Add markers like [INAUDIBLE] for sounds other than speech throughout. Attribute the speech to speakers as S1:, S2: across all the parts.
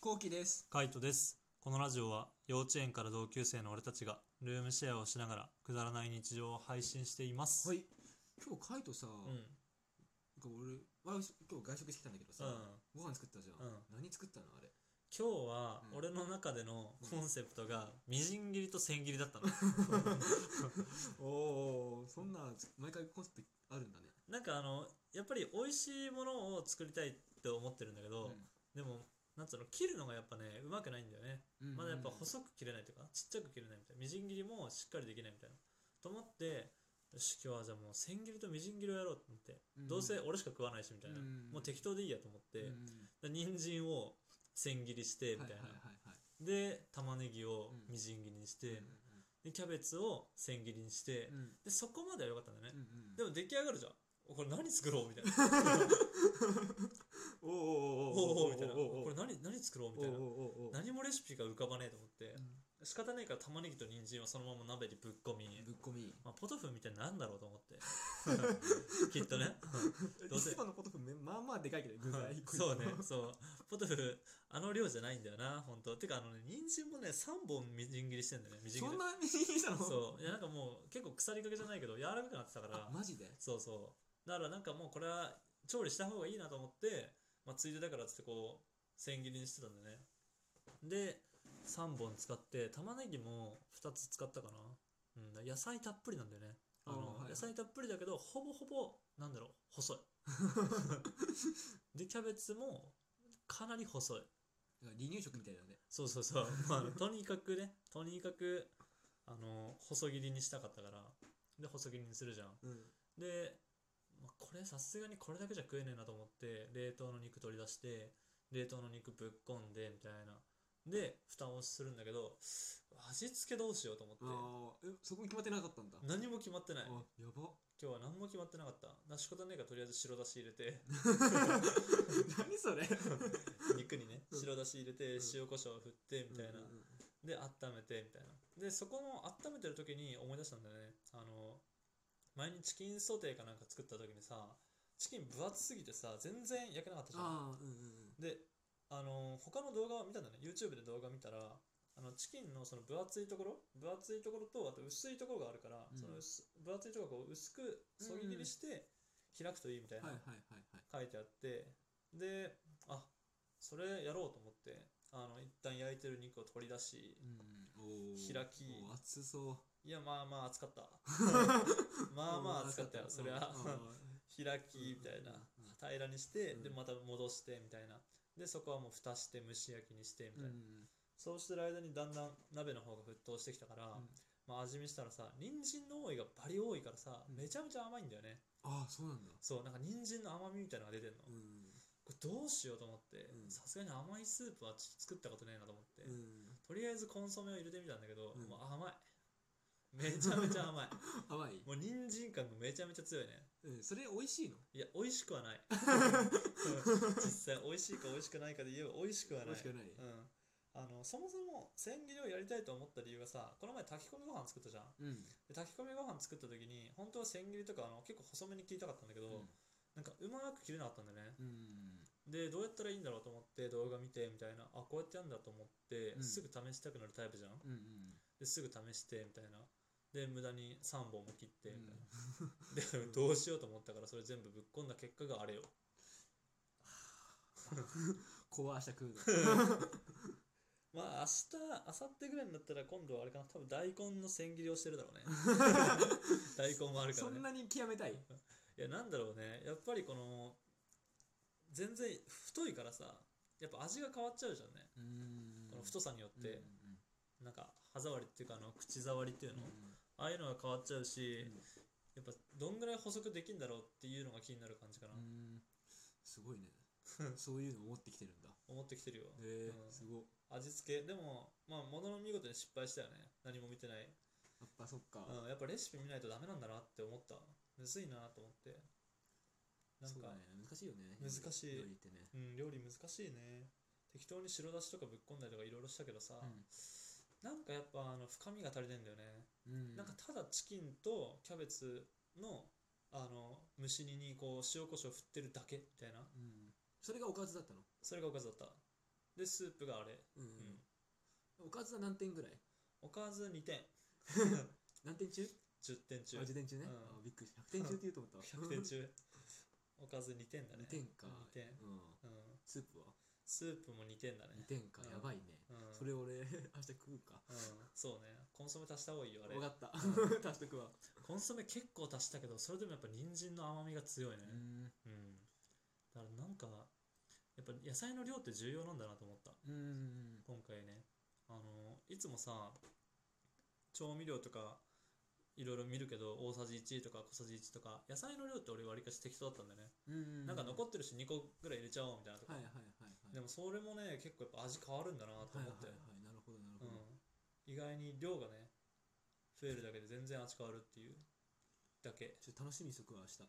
S1: こうきです。
S2: カイトです。このラジオは幼稚園から同級生の俺たちがルームシェアをしながらくだらない日常を配信しています。
S1: はい。今日カイトさ、
S2: うん。
S1: なんか俺、わ今日外食してきたんだけどさ、
S2: う
S1: ご飯作ったじゃん。
S2: ん。うん。
S1: 何作ったのあれ。
S2: 今日は
S1: うん
S2: 俺の中でのコンセプトがみじん切りと千切りだったの。
S1: [LAUGHS] おお、そんな、毎回コンセプトあるんだね。
S2: なんかあの、やっぱり美味しいものを作りたいって思ってるんだけど、でも、なんつうの、切るのがやっぱね、うまくないんだよね。
S1: うん
S2: まだやっぱ
S1: うん
S2: 細く切れないとか、ちっちゃく切れないみたいな、みじん切りもしっかりできないみたいな。と思って、よし、今日はじゃあもう千切りとみじん切りをやろうと思って、
S1: うん
S2: どうせ俺しか食わないしみたいな、
S1: うん
S2: もう適当でいいやと思って、
S1: うん
S2: で人参を千切りしてみたいな、
S1: はいはいはいはい
S2: で玉ねぎを
S1: うん
S2: みじん切りにし
S1: う
S2: て、
S1: ん
S2: でキャベツを千切りにして、
S1: うんうん
S2: でそこまでは良かったんだよね、
S1: うんうん
S2: でも出来上がるじゃんおこれ何作ろうみたいな
S1: おーおー
S2: おおお
S1: ーーーー
S2: おみたいな
S1: おーおー
S2: これ何何作ろうみたいな
S1: おーおーおー
S2: 何もレシピが浮かばねえと思って
S1: う、ん
S2: 仕方ないから玉ねぎと人参はそのまま鍋にぶっ込み、
S1: ぶっこみ。
S2: まあ、ポトフみたいになんだろうと思って
S1: [LAUGHS]
S2: きっとねどうせ
S1: 一番のことめまあまあでかいけど、具材一個一個
S2: そうね、そう。ポトフ、あの量じゃないんだよな、本当てか、あのね、人参もね、3本みじん切りしてんだよね、みじん切
S1: そ
S2: り。
S1: んなみじん切りしたの
S2: そう。いや、なんかもう、結構腐りかけじゃないけど、柔らかくなってたから
S1: あ、、マジで
S2: そうそう。だから、なんかもう、これは、調理した方がいいなと思って、まあ、ついでだからっつって、こう、千切りにしてたんだよね。で、3本使って、玉ねぎも2つ使ったかな。うん、だから野菜たっぷりなんだよね。あの
S1: あーはい
S2: 野菜たっぷりだけど、ほぼほぼ、なんだろう、細い。 [LAUGHS] で、キャベツもかなり細い。
S1: なんか離乳食みたいだね。
S2: そうそうそう。 [LAUGHS] まあ、とにかくね、とにかく、あの、細切りにしたかったから、で、細切りにするじゃん。
S1: うん。
S2: で、まあ、これさすがにこれだけじゃ食えねえなと思って、冷凍の肉取り出して、冷凍の肉ぶっこんで、みたいな。で、蓋をするんだけど、味付けどうしようと思って、
S1: ああ、え、そこに決まってなかったんだ。
S2: 何も決まってない。
S1: あ、や
S2: [LAUGHS]
S1: ば。
S2: 今日は何も決まってなかった。な仕方ねえからとりあえず白だし入れ
S1: [LAUGHS]
S2: て、
S1: 何 [LAUGHS] それ
S2: 肉にね、
S1: うん
S2: 白だし入れて
S1: ん、
S2: 塩コショウ振って、みたいな。で、温めて、みたいな。で、そこの温めてる時に思い出したんだよね。あの、前にチキンソテーかなんか作った時にさ、チキン分厚すぎてさ、全然焼けなかったじゃん。
S1: ああ、うんうん
S2: で、あの、他の動画を見たんだね。YouTube で動画見たら、あのチキンのその分厚いところ分厚いところとあと薄いところがあるから、
S1: うん
S2: その薄分厚いところをこう薄くそぎ切りして開くといいみたい
S1: うん。は
S2: ない
S1: はいはいはい。
S2: 書いてあってであそれやろうと思ってあの一旦焼いてる肉を取り出し
S1: うん、おー
S2: 開き
S1: おー熱そう。
S2: いやまあまあ熱かった
S1: [LAUGHS]
S2: まあまあ熱かったよそりゃ [LAUGHS] 開きみたいな
S1: うんうんうん
S2: 平らにし
S1: う
S2: て
S1: ん
S2: でまた戻してみたいなでそこはもう蓋して蒸し焼きにしてみ
S1: うんう
S2: たいなんそうしてる間にだんだん鍋の方が沸騰してきたから
S1: うん
S2: まあ味見したらさ人参の多いがバリ多いからさ
S1: うん
S2: めちゃめちゃ甘いんだよね
S1: ああ、そうなんだ。
S2: そうなんか人参の甘みみたいなのが出てんの
S1: うん
S2: これどうしようと思って
S1: うん
S2: さすがに甘いスープはち作ったことねえなと思って
S1: うん。
S2: とりあえずコンソメを入れてみたんだけど、
S1: うん
S2: もう甘いめちゃめち
S1: [LAUGHS]
S2: ゃ甘い
S1: 甘い
S2: もう人参感がめちゃめちゃ強いね
S1: うん、それ美味しいの
S2: いや美味しく
S1: [LAUGHS]
S2: はない実際美味しいか美味しくないかで言えば美味しくはない
S1: 美味しくはない
S2: うん、あのそもそも千切りをやりたいと思った理由がさこの前炊き込みご飯作ったじゃん
S1: うん。
S2: で炊き込みご飯作った時に本当は千切りとかあの結構細めに切りたかったんだけど、なんかうまく切れなかったんだよね
S1: うん。
S2: でどうやったらいいんだろうと思って動画見てみたいなあこうやってやるんだと思って、
S1: うん
S2: すぐ試したくなるタイプじゃん
S1: うんうん。
S2: ですぐ試してみたいなで無駄に3本も切ってみたいな、
S1: うん
S2: でどうしようと思ったからそれ全部ぶっ込んだ結果があれよ
S1: 壊した食う
S2: [LAUGHS]
S1: の。
S2: まあ明日明後日ぐらいになったら今度はあれかな多分大根の千切りをしてるだ [LAUGHS] ろうね大根もあるか
S1: そ
S2: らね
S1: んなに極めたい。
S2: いやなんだろうねやっぱりこの全然太いからさやっぱ味が変わっちゃうじゃんね、
S1: うん
S2: この太さによっ
S1: うん
S2: て、なんか歯触りっていうかあの口触りっていう
S1: う
S2: の、
S1: ん
S2: ああいうのが変わっちゃうし、
S1: うん
S2: やっぱどんぐらい補足できるんだろうっていうのが気になる感じかな、
S1: うん。すごいね。 [LAUGHS] そういうの持ってきてるんだ。
S2: 思ってきてるよ、
S1: へえ
S2: う、ん
S1: すごい。
S2: 味付けでもまあものの見事に失敗したよね何も見てない、
S1: やっぱそっか。
S2: うん、やっぱレシピ見ないとダメなんだなって思ったむずいなと思ってなん
S1: そう
S2: か
S1: だね、難しいよね。
S2: 難しい
S1: 料理ってね。
S2: うん、料理難しいね適当に白だしとかぶっ込んだりとかいろいろしたけどさ、なんかやっぱあの深みが足りないんだよね、
S1: うん。
S2: なんかただチキンとキャベツのあの蒸し煮にこう塩コショウ振ってるだけみたいな
S1: うん、それがおかずだったの
S2: それがおかずだったでスープがあれ、
S1: うん
S2: う
S1: おかずは何点ぐらい
S2: おかず2点
S1: 何点中
S2: 10点中
S1: あ10点中ね、
S2: うん
S1: あびっくりした100点中って言うと思った
S2: 100点中おかず2点だね
S1: 2点か
S2: 2点、
S1: うん、
S2: うん、
S1: スープは
S2: スープも2点だね
S1: 2点か、
S2: うん
S1: やばいね、
S2: うん、
S1: それ俺 [LAUGHS] 明日食うか
S2: うん、そうねコンソメ足した方がいいよあれ
S1: 分かった、
S2: う
S1: [LAUGHS] 足しとくわ
S2: コンソメ結構足したけどそれでもやっぱ人参の甘みが強いね
S1: うん
S2: うん、だからなんかやっぱ野菜の量って重要なんだなと思った
S1: うん
S2: 今回ねあのいつもさ調味料とかいろいろ見るけど大さじ1とか小さじ1とか野菜の量って俺わりかし適当だったんだよね、
S1: うん
S2: なんか残
S1: っ
S2: ってるし2個ぐらい入れちゃおうみたいなとか、
S1: はいはいはいはい
S2: でもそれもね結構やっぱ味変わるんだなと
S1: はいは
S2: 思
S1: い
S2: って、
S1: はいなるほどなるほど、
S2: うん、意外に量がね増えるだけで全然味変わるっていうだけ
S1: ちょっと楽しみにしとくわ明日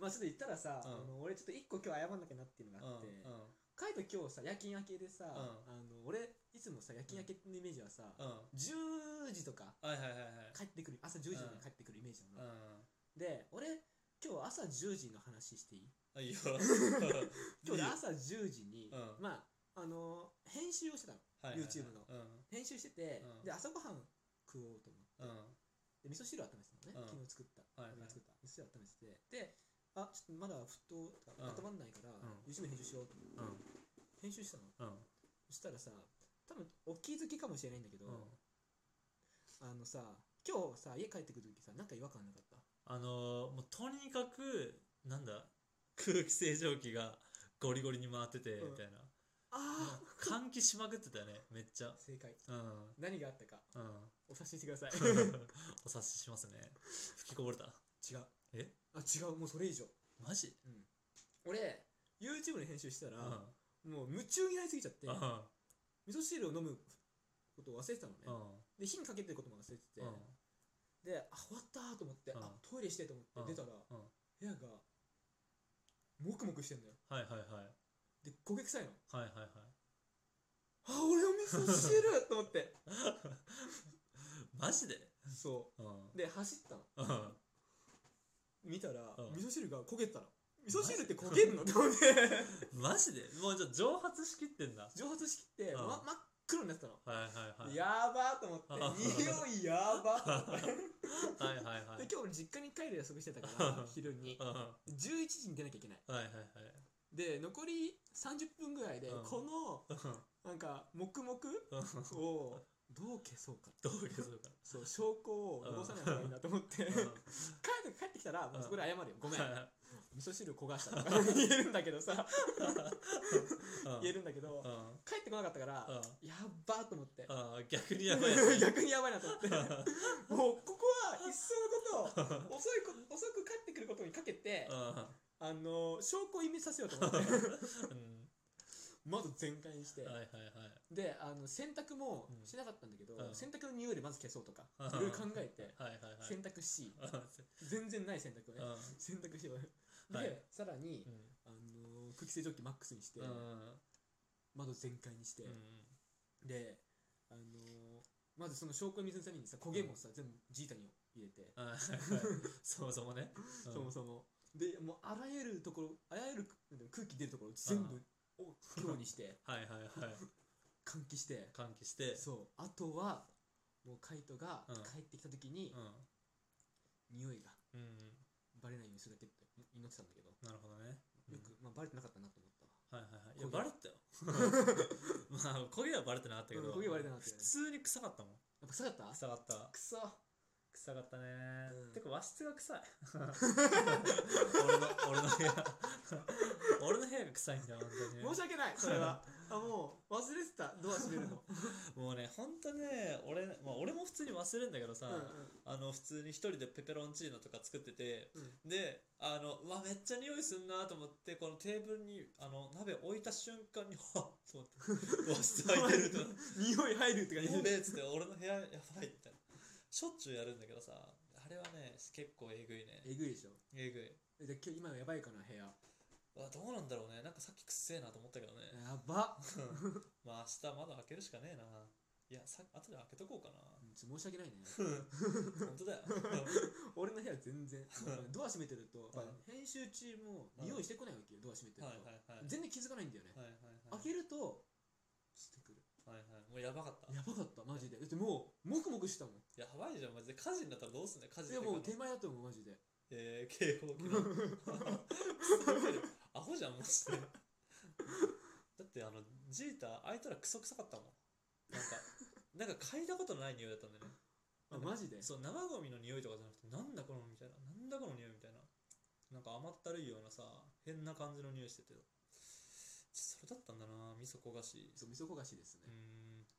S1: [LAUGHS] まあちょっと言ったらさ、
S2: うん
S1: あの俺ちょっと1個今日謝んなきゃなっていうの
S2: うん
S1: が
S2: う
S1: あ
S2: ん
S1: って、カイト今日さ夜勤明けでさ、
S2: ん
S1: あの俺いつもさ夜勤明けのイメージはさ、
S2: うん
S1: 10時とか
S2: はいはいはいはい
S1: 帰ってくる朝10時とか
S2: うん
S1: に帰ってくるイメージな
S2: う
S1: の、
S2: ん
S1: で俺今日朝10時の話していい [LAUGHS]
S2: あいいよ
S1: 今日
S2: いい
S1: 俺
S2: よ
S1: 朝10時に、
S2: うん
S1: まああのー編集をしてたの
S2: はいはいはい
S1: YouTube の
S2: う
S1: 編集してて、
S2: うん
S1: で朝ごはん食おうと思って
S2: んうん
S1: で味噌汁温めてたのね、
S2: うん
S1: 昨日作った、
S2: はいは
S1: 昨日
S2: い
S1: 作った味噌汁温めててであちょっとまだ沸騰とか
S2: うん
S1: 温まんないから、
S2: ん
S1: YouTube 編集しようと思って
S2: うん
S1: 編集したの
S2: うん
S1: そしたらさ多分お気づきかもしれないんだけど、
S2: うん
S1: あのさ今日さ家帰ってくる時さなんか違和感なかった
S2: あのーもうとにかくなんだ空気清浄機がゴリゴリに回ってて
S1: うん
S2: みたいな、
S1: あ
S2: 換気しまくってたよねめっちゃ
S1: 正解
S2: うん
S1: 何があったか
S2: うん
S1: お察ししてくだ
S2: [LAUGHS]
S1: さい
S2: お察ししますね吹きこぼれた
S1: 違う
S2: え
S1: あ違うもうそれ以上、
S2: マジ
S1: うん、俺 YouTube に編集した
S2: う
S1: ら
S2: ん、うん
S1: もう夢中になりすぎちゃって
S2: うん
S1: 味噌汁を飲むことを忘れてたのね、
S2: うん
S1: で火にかけてることも忘れてて、であ終わったーと思って、
S2: うん
S1: あトイレしてと思
S2: うん
S1: って出たら、
S2: うん
S1: 部屋がモクモクしてんだよ
S2: はいはいはい
S1: で焦げ臭いの
S2: はいはいはい
S1: あ俺お味噌汁と思って
S2: マジで
S1: そ
S2: う
S1: う
S2: ん
S1: で走ったの
S2: うん
S1: 見たら、
S2: うん
S1: 味噌汁が焦げてたの味噌汁って焦げるのと思って
S2: [LAUGHS] マジでもうじゃあ蒸発しきってんだ
S1: 蒸発しきって、
S2: うん
S1: ま、真っ黒になってたの、
S2: はいはいはい
S1: やばーと思って匂いやばーと思って
S2: はいはいはい
S1: で今日俺実家に帰る約束してたから
S2: うん
S1: 昼に
S2: うん
S1: 11時に出なきゃいけない
S2: はいはいはい
S1: で残り30分ぐらいで
S2: うん
S1: こ
S2: うん
S1: のなんか黙々
S2: うん
S1: をどう消そうか
S2: どう消そうか
S1: そう証拠を残さない方がいいなと思って帰
S2: うん
S1: る帰ってきたらもうそこで謝るよごめん
S2: う
S1: 味噌汁焦がしたとか言えるんだけどさ
S2: ん
S1: 言えるんだけど
S2: うん
S1: 帰ってこなかったから
S2: うん
S1: やっばーと思って
S2: あー逆にやばいやつ
S1: [LAUGHS] 逆にやばいなと思ってもうここは一層のことを遅いこ遅く帰ってくることにかけて
S2: う
S1: あの証拠を隠滅させようと思って
S2: [LAUGHS] んうん
S1: まず全開にして
S2: はいはいはい
S1: であの洗濯も
S2: うん
S1: しなかったんだけど、
S2: うん
S1: 洗濯の匂いでまず消そうとか
S2: うん
S1: いろいろ考えて
S2: はいはいはい
S1: 洗濯し
S2: う
S1: 全然ない洗濯をね
S2: ん
S1: 洗濯しようで、
S2: はい
S1: さらに、
S2: うん
S1: あのー空気清浄機マックスにして、
S2: うん
S1: 窓全開にして、
S2: うん
S1: で、あのーまずその証拠を見せるためにさ焦げもさ、全部ジータに入れて、
S2: はいはいはいそもそもねうん
S1: そもそもでもうあらゆるところあらゆる空気出るところ全部を強にして
S2: はいはいはい
S1: 換気して
S2: 換気して
S1: そうあとはもうカイトが
S2: うん
S1: 帰ってきた時に、
S2: う
S1: 匂いが
S2: んうん
S1: バレないようにするだけって祈ってたんだけど、
S2: なるほどね
S1: よく、まあ、バレてなかったなと思ったわ
S2: はいはいはいい
S1: 焦
S2: や
S1: げ
S2: バレてたよまあ焦げはバレてなかったけど
S1: うん焦げはバレてなかったよね
S2: 普通に臭かったもん
S1: やっぱ臭かった
S2: 臭かった
S1: くそ
S2: 臭かったね
S1: うん
S2: てか和室が臭い俺の俺の部屋俺の部屋が臭いんだよ本当に
S1: 申し訳
S2: [LAUGHS]
S1: ないそれはあもう忘れてたドア閉めるの
S2: もうね本当ね俺,、まあ、俺も普通に忘れるんだけどさ、
S1: うんうん
S2: あの普通に一人でペペロンチーノとか作ってて
S1: うん
S2: であのうわめっちゃ匂いすんなと思ってこのテーブルにあの鍋置いた瞬間に [LAUGHS] はっと思って和室開いてると
S1: [LAUGHS] 匂い入るって感じ
S2: やべえっつって俺の部屋やばいみたいなしょっちゅうやるんだけどさあれはね結構えぐいね
S1: えぐいでしょ
S2: えぐい
S1: えじゃあ今日今のやばいかな部屋
S2: うわどうなんだろうねなんかさっきくっせえなと思ったけどね
S1: やば
S2: まあ明日窓開けるしかねえないやさ後で開けとこうか
S1: うんちょ申し訳ないね
S2: な本当
S1: [LAUGHS]
S2: だよ
S1: 俺の部屋全然 [LAUGHS] ドア閉めてるとやっぱ
S2: うん
S1: 編集中も
S2: うん
S1: 匂いしてこないわけよドア閉めてる
S2: はいはい
S1: と
S2: はい
S1: 全然気づかないんだよね
S2: はいはいはい
S1: 開けると
S2: もうやばかった
S1: やばかったマジでだってもうモクモクしてたもん
S2: やばいじゃんマジで火事になったらどうすんだよ火事
S1: い
S2: って
S1: や
S2: か
S1: もう手前だと思うマジで
S2: えー、警報器
S1: [LAUGHS]
S2: アホじゃんマジでだってあのジータあいたらクソ臭かったもんなんかなんか嗅いだことのない匂いだったんだよね
S1: あマジで
S2: そう生ゴミの匂いとかじゃなくてなんだこのみたいななんだこの匂いみたいななんか甘ったるいようなさ変な感じの匂いしててそれだったんだな味噌焦がしう
S1: そう味噌焦がしです
S2: ー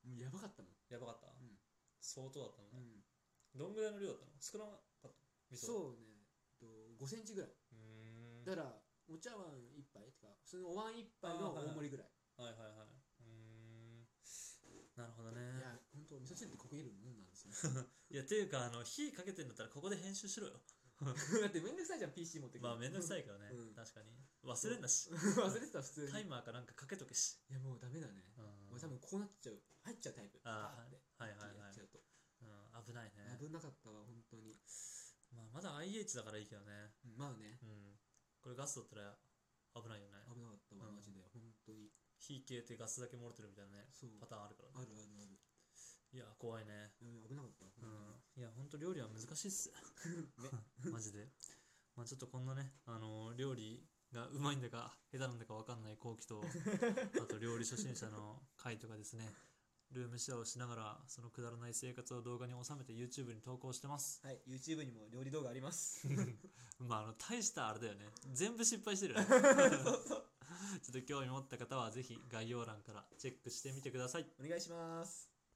S1: ね、も
S2: ん
S1: うやばかったもん、
S2: やばかった、
S1: ん
S2: 相当だったの
S1: う
S2: ね、
S1: ん
S2: どんぐらいの量だったの少なかった味噌
S1: そう
S2: う
S1: ねと5センチぐらいう
S2: ーん
S1: だからお茶碗一杯とかそのお椀一杯の大盛りぐらい、
S2: はいはいはいうーんなるほどね
S1: いや本当味噌汁ってここいるもんなんです
S2: [LAUGHS]
S1: ね
S2: いやっていうかあの火かけてんだったらここで編集しろよ
S1: だってめんどくさいじゃん PC 持ってくる
S2: まあめんどくさ
S1: い
S2: いからね、
S1: うん
S2: 確かに忘れんなし
S1: 忘れてた普通に
S2: タイマーかなんかかけとけし、
S1: いやもうダメだね
S2: うん
S1: 俺多分こうなっちゃう入っちゃうタイプ
S2: あ
S1: パーって
S2: ーはいはいはいはい
S1: やっちゃうと
S2: うん、危ないね
S1: 危なかったわ本当に
S2: まあ、まだ IH だからいいけどね
S1: うんまあね
S2: うんこれガスだったら危ないよね
S1: 危なかったわ
S2: うん
S1: マジで本当に
S2: 火消えてガスだけ漏れてるみたいなね
S1: そう
S2: パターンあるからね
S1: あるあるある
S2: いや怖いね
S1: いやいや危なかったわ
S2: う
S1: 本
S2: んいやほんと料理は難しいっ [LAUGHS] す
S1: 当にね
S2: マジで。まあちょっとこんなね、あのー料理がうまいんだか下手なんだかわかんない後期 [LAUGHS] と、あと料理初心者の回とかですね、ルームシェアをしながら、そのくだらない生活を動画に収めて YouTube に投稿してます。
S1: はい YouTube にも料理動画あります [LAUGHS]
S2: [LAUGHS] まああの、大したあれだよね。全部失敗してるよ
S1: [LAUGHS]
S2: ね。[LAUGHS]
S1: そうそう
S2: ちょっと興味持った方はぜひ概要欄からチェックしてみてください。
S1: お願いします